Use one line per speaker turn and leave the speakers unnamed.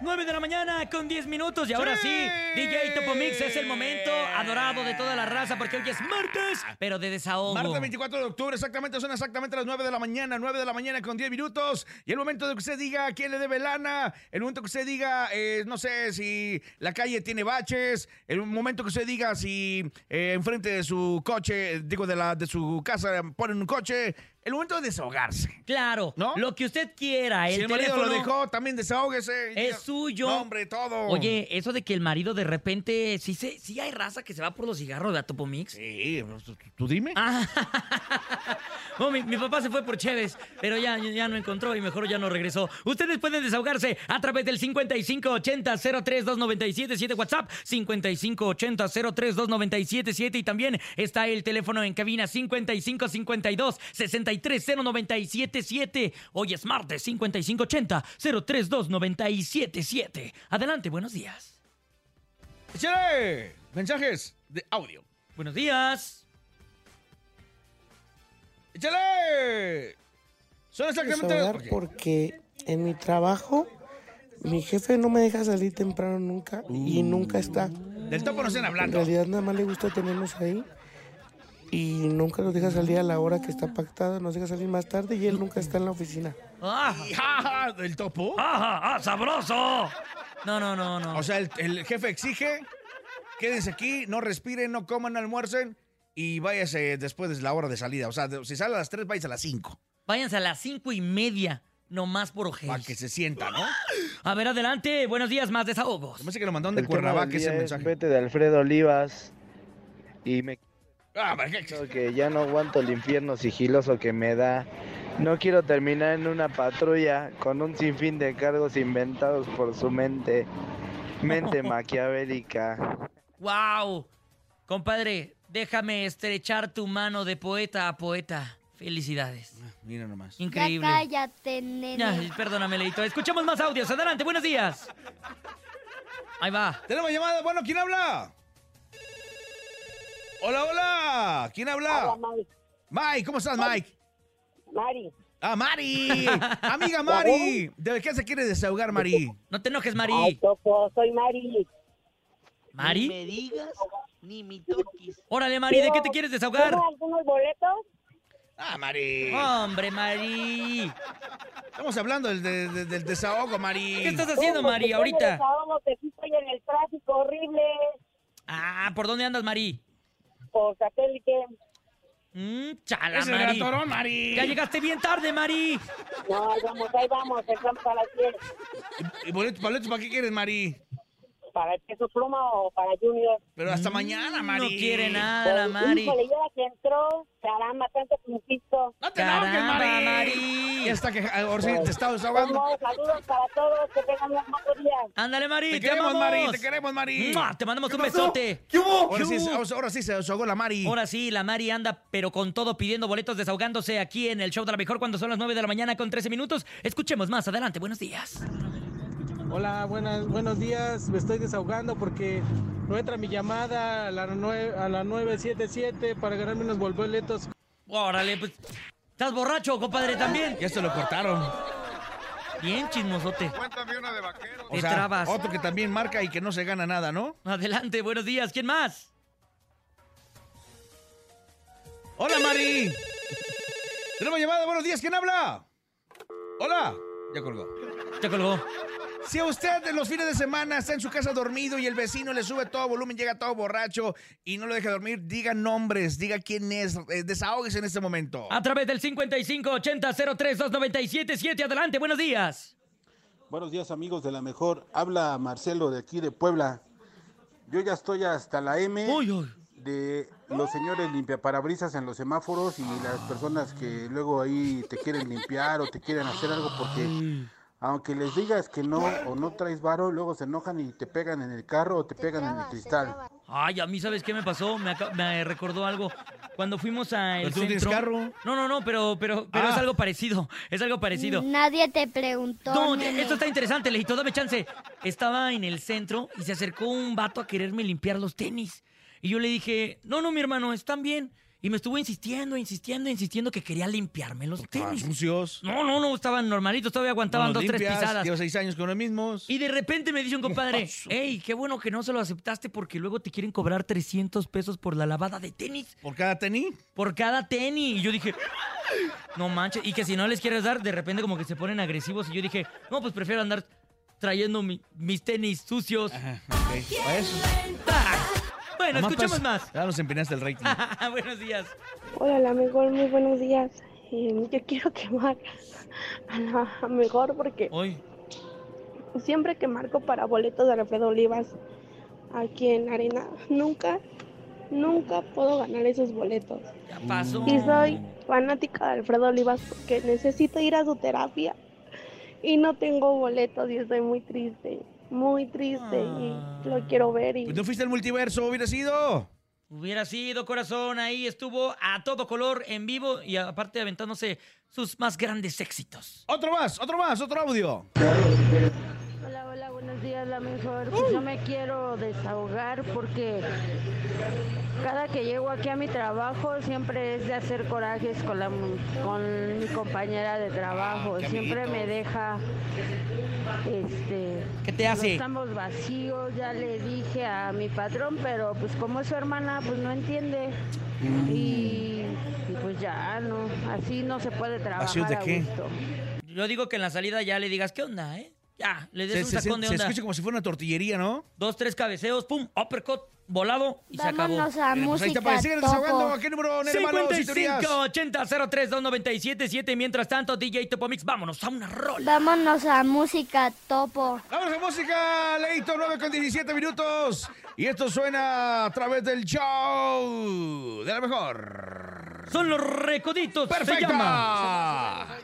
9 de la mañana con 10 minutos. Y ahora sí, DJ Topomix es el momento adorado de toda la raza porque hoy es martes, pero de desahogo.
Martes 24 de octubre, exactamente, son exactamente las 9 de la mañana, 9 de la mañana con 10 minutos. Y el momento de que usted diga quién le debe lana, el momento que usted diga, eh, no sé, si la calle tiene baches, el momento que usted diga si eh, enfrente de su coche, eh, digo, de, la, de su casa ponen un coche, el momento de desahogarse.
Claro,
¿No?
lo que usted quiera. El
si el marido
teléfono
lo dejó, también desahógese.
es
Diga,
suyo.
"No, hombre, todo.
Oye, eso de que el marido de repente sí se, sí hay raza que se va por los cigarros de Topomix.
Sí, pues, tú- tú dime.
Ah, no, mi, mi papá se fue por Chévez, pero ya, ya no encontró y mejor ya no regresó. Ustedes pueden desahogarse a través del 5580-032977 WhatsApp, 5580-032977 y también está el teléfono en cabina 5552-630977. Hoy es martes 5580-032977. Adelante, buenos días.
Échale. Mensajes de audio.
Buenos días.
¡Échale! Son exactamente.
desahogar
Ok.
porque en mi trabajo mi jefe no me deja salir temprano nunca y nunca está.
Del topo no estén
En
hablando.
realidad nada más le gusta tenernos ahí y nunca nos deja salir a la hora que está pactada, nos deja salir más tarde y él nunca está en la oficina.
Ah.
Y, ja, ja, ¿Del topo?
¡Ah, ah, sabroso! No, no, no, no.
O sea, el, el jefe exige: quédense aquí, no respiren, no coman, almuercen y váyase después de la hora de salida. O sea, de- si sale a las 3, váyase a las 5.
Váyanse a las cinco y media, nomás por
Para
ojeras.
que se sienta, ¿no?
A ver, adelante. Buenos días, más desahogos.
Se me hace que lo mandaron de
El tema del
Cuernavaca ese
día es
mensaje.
vete de Alfredo Olivas y me
Ah, ¿para qué?
quedo que ya no aguanto el infierno sigiloso que me da. No quiero terminar en una patrulla con un sinfín de cargos inventados por su mente. Mente maquiavélica.
¡Wow! Compadre, déjame estrechar tu mano de poeta a poeta. Felicidades.
Mira nomás.
Increíble.
Ya cállate, nene.
Ay, perdóname, Leito. Escuchamos más audios. Adelante, buenos días. Ahí va.
Tenemos llamada. Bueno, ¿quién habla? Hola, hola. ¿Quién habla?
Hola, Mari.
Mike, ¿cómo estás, Mike?
Mari,
Ah, Mari. Amiga Mari. Oh, ¿De qué se quiere desahogar, Mari?
No te enojes,
Ay,
Mari.
Topo, soy Mari.
pues, Ni
¿Mari?
me digas, ni me toques.
Órale, Mari, ¿de qué te quieres desahogar?
¿Tengo algunos boletos?
Ah, Mari.
Hombre, Mari.
Estamos hablando del, de- de- del desahogo, Mari.
¿Qué estás haciendo,
Uy, pues,
Mari,
que
ahorita?
ya nos acabamos, que aquí estoy en el tráfico horrible.
Ah, ¿por dónde andas, Mari?
Por satélite.
Mm, chala,
Ese
Mari.
gatorón, Mari.
Ya llegaste bien tarde, Mari.
No, ahí vamos, ahí vamos. Entramos a las 10.
¿Y boletos, boletos para qué quieres, Mari?
¿Para el peso pluma o para Junior?
Pero hasta
Mm,
mañana, Ah, Mari.
No quiere nada,
Pues,
Mari.
Híjole, ya que entró. Caramba, tanto que insisto.
No te enojes,
Caramba,
Mari.
Mari.
Ya está que ah, ahora sí te está desahogando.
Vamos, saludos para todos. Que tengan un hermoso día.
Ándale, Mari,
Te
te,
queremos,
amamos.
Mari. Te queremos, Mari.
¡Mua! Te mandamos
¿Qué
un
pasó?
besote.
¿Qué hubo? Ahora,
¿Qué
sí,
hubo?
ahora sí se desahogó la Mari.
Ahora sí, la Mari anda, pero con todo pidiendo boletos, desahogándose aquí en el show de la mejor cuando son las 9 de la mañana con 13 minutos. Escuchemos más adelante. Buenos días.
Hola, buenas, buenos días. Me estoy desahogando porque no entra mi llamada a la, nue- a la 977 para ganarme unos boletos.
Órale, pues. ¿Estás borracho, compadre, también?
Ya se lo cortaron.
Bien, chismosote.
O
Te
sea,
trabas.
otro que también marca y que no se gana nada, ¿no?
Adelante, buenos días. ¿Quién más?
Hola, Mari. Tenemos llamada. Buenos días. ¿Quién habla? Hola. Ya colgó.
Te colgó.
Si a usted en los fines de semana está en su casa dormido y el vecino le sube todo volumen, llega todo borracho y no lo deja dormir, diga nombres, diga quién es, eh, desahóguese en este momento.
A través del 5580-032977. Adelante, buenos días.
Buenos días amigos de la mejor. Habla Marcelo de aquí de Puebla. Yo ya estoy hasta la M
Uy, uy.
de los señores limpiaparabrisas en los semáforos y las personas que luego ahí te quieren limpiar o te quieren hacer algo porque aunque les digas que no o no traes varo, luego se enojan y te pegan en el carro o te pegan en el cristal.
Ay, a mí, ¿sabes qué me pasó? Me, aca- me recordó algo. Cuando fuimos a el
Pero tú no tienes
centro-
carro.
No, no, no, pero, pero, pero
Ah.
es algo parecido. Es algo parecido.
Nadie te preguntó.
No,
nene.
esto está interesante, Leito, dame chance. Estaba en el centro y se acercó un vato a quererme limpiar los tenis. Y yo le dije, no, no, mi hermano, están bien. Y me estuvo insistiendo, insistiendo, insistiendo que quería limpiarme los
Estaban
tenis.
Ah, sucios.
No, no, no, estaban normalitos, todavía aguantaban
No los
dos, tres
limpias,
pisadas.
Llevo seis años con los mismos.
Y de repente me dice un compadre, hey, qué bueno que no se lo aceptaste porque luego te quieren cobrar 300 pesos por la lavada de tenis,
¿Por cada tenis?
por cada tenis. Y yo dije, no manches, y que si no les quieres dar, de repente como que se ponen agresivos. Y yo dije, no, pues prefiero andar trayendo mi- mis tenis sucios.
Ajá, ok. Eso.
¡Ah! Bueno,
Nomás
escuchemos
pues,
más.
Ya nos empinaste el rating.
Buenos días.
Hola, la mejor, muy buenos días. Eh, yo quiero quemar a la mejor porque
Hoy.
siempre que marco para boletos de Alfredo Olivas aquí en Arena, nunca, nunca puedo ganar esos boletos.
Ya pasó.
Y soy fanática de Alfredo Olivas porque necesito ir a su terapia y no tengo boletos y estoy muy triste, muy triste y lo quiero ver y
Pues no fuiste al multiverso, hubiera sido.
Hubiera sido corazón, ahí estuvo a todo color en vivo y aparte aventándose sus más grandes éxitos.
Otro más, otro más, otro audio.
Hola, hola, buenos días, la mejor. Pues yo me quiero desahogar porque cada que llego aquí a mi trabajo siempre es de hacer corajes con, la, con mi compañera de
Ah,
trabajo. siempre me deja, este...
¿Qué te
Ah,
los
hace?
Estamos vacíos, ya le dije a mi patrón, pero pues como es su hermana, pues no entiende.
Mm.
Y, y, pues ya, no, así no se puede trabajar
¿Vacíos de
a
qué?
gusto.
Yo digo que en la salida ya le digas, ¿qué onda, eh? Ya, le des
Se,
un
se-
sacón de
se
onda.
escucha como si fuera una tortillería, ¿no?
Dos, tres cabeceos, pum, uppercut, volado y
Vámonos
se acabó.
Bueno,
a
pues ahí
música.
está para seguir desahogando.
topo.
¿A qué número, Nere Manos y teorías?
55 80 03 297 7. Mientras tanto, DJ Topomix, vámonos a una rola.
Vámonos a música topo.
Vamos a música, Leito, 9 con 17 minutos. Y esto suena a través del show de la mejor.
Son los recoditos. Se llama.
¡Perfecta!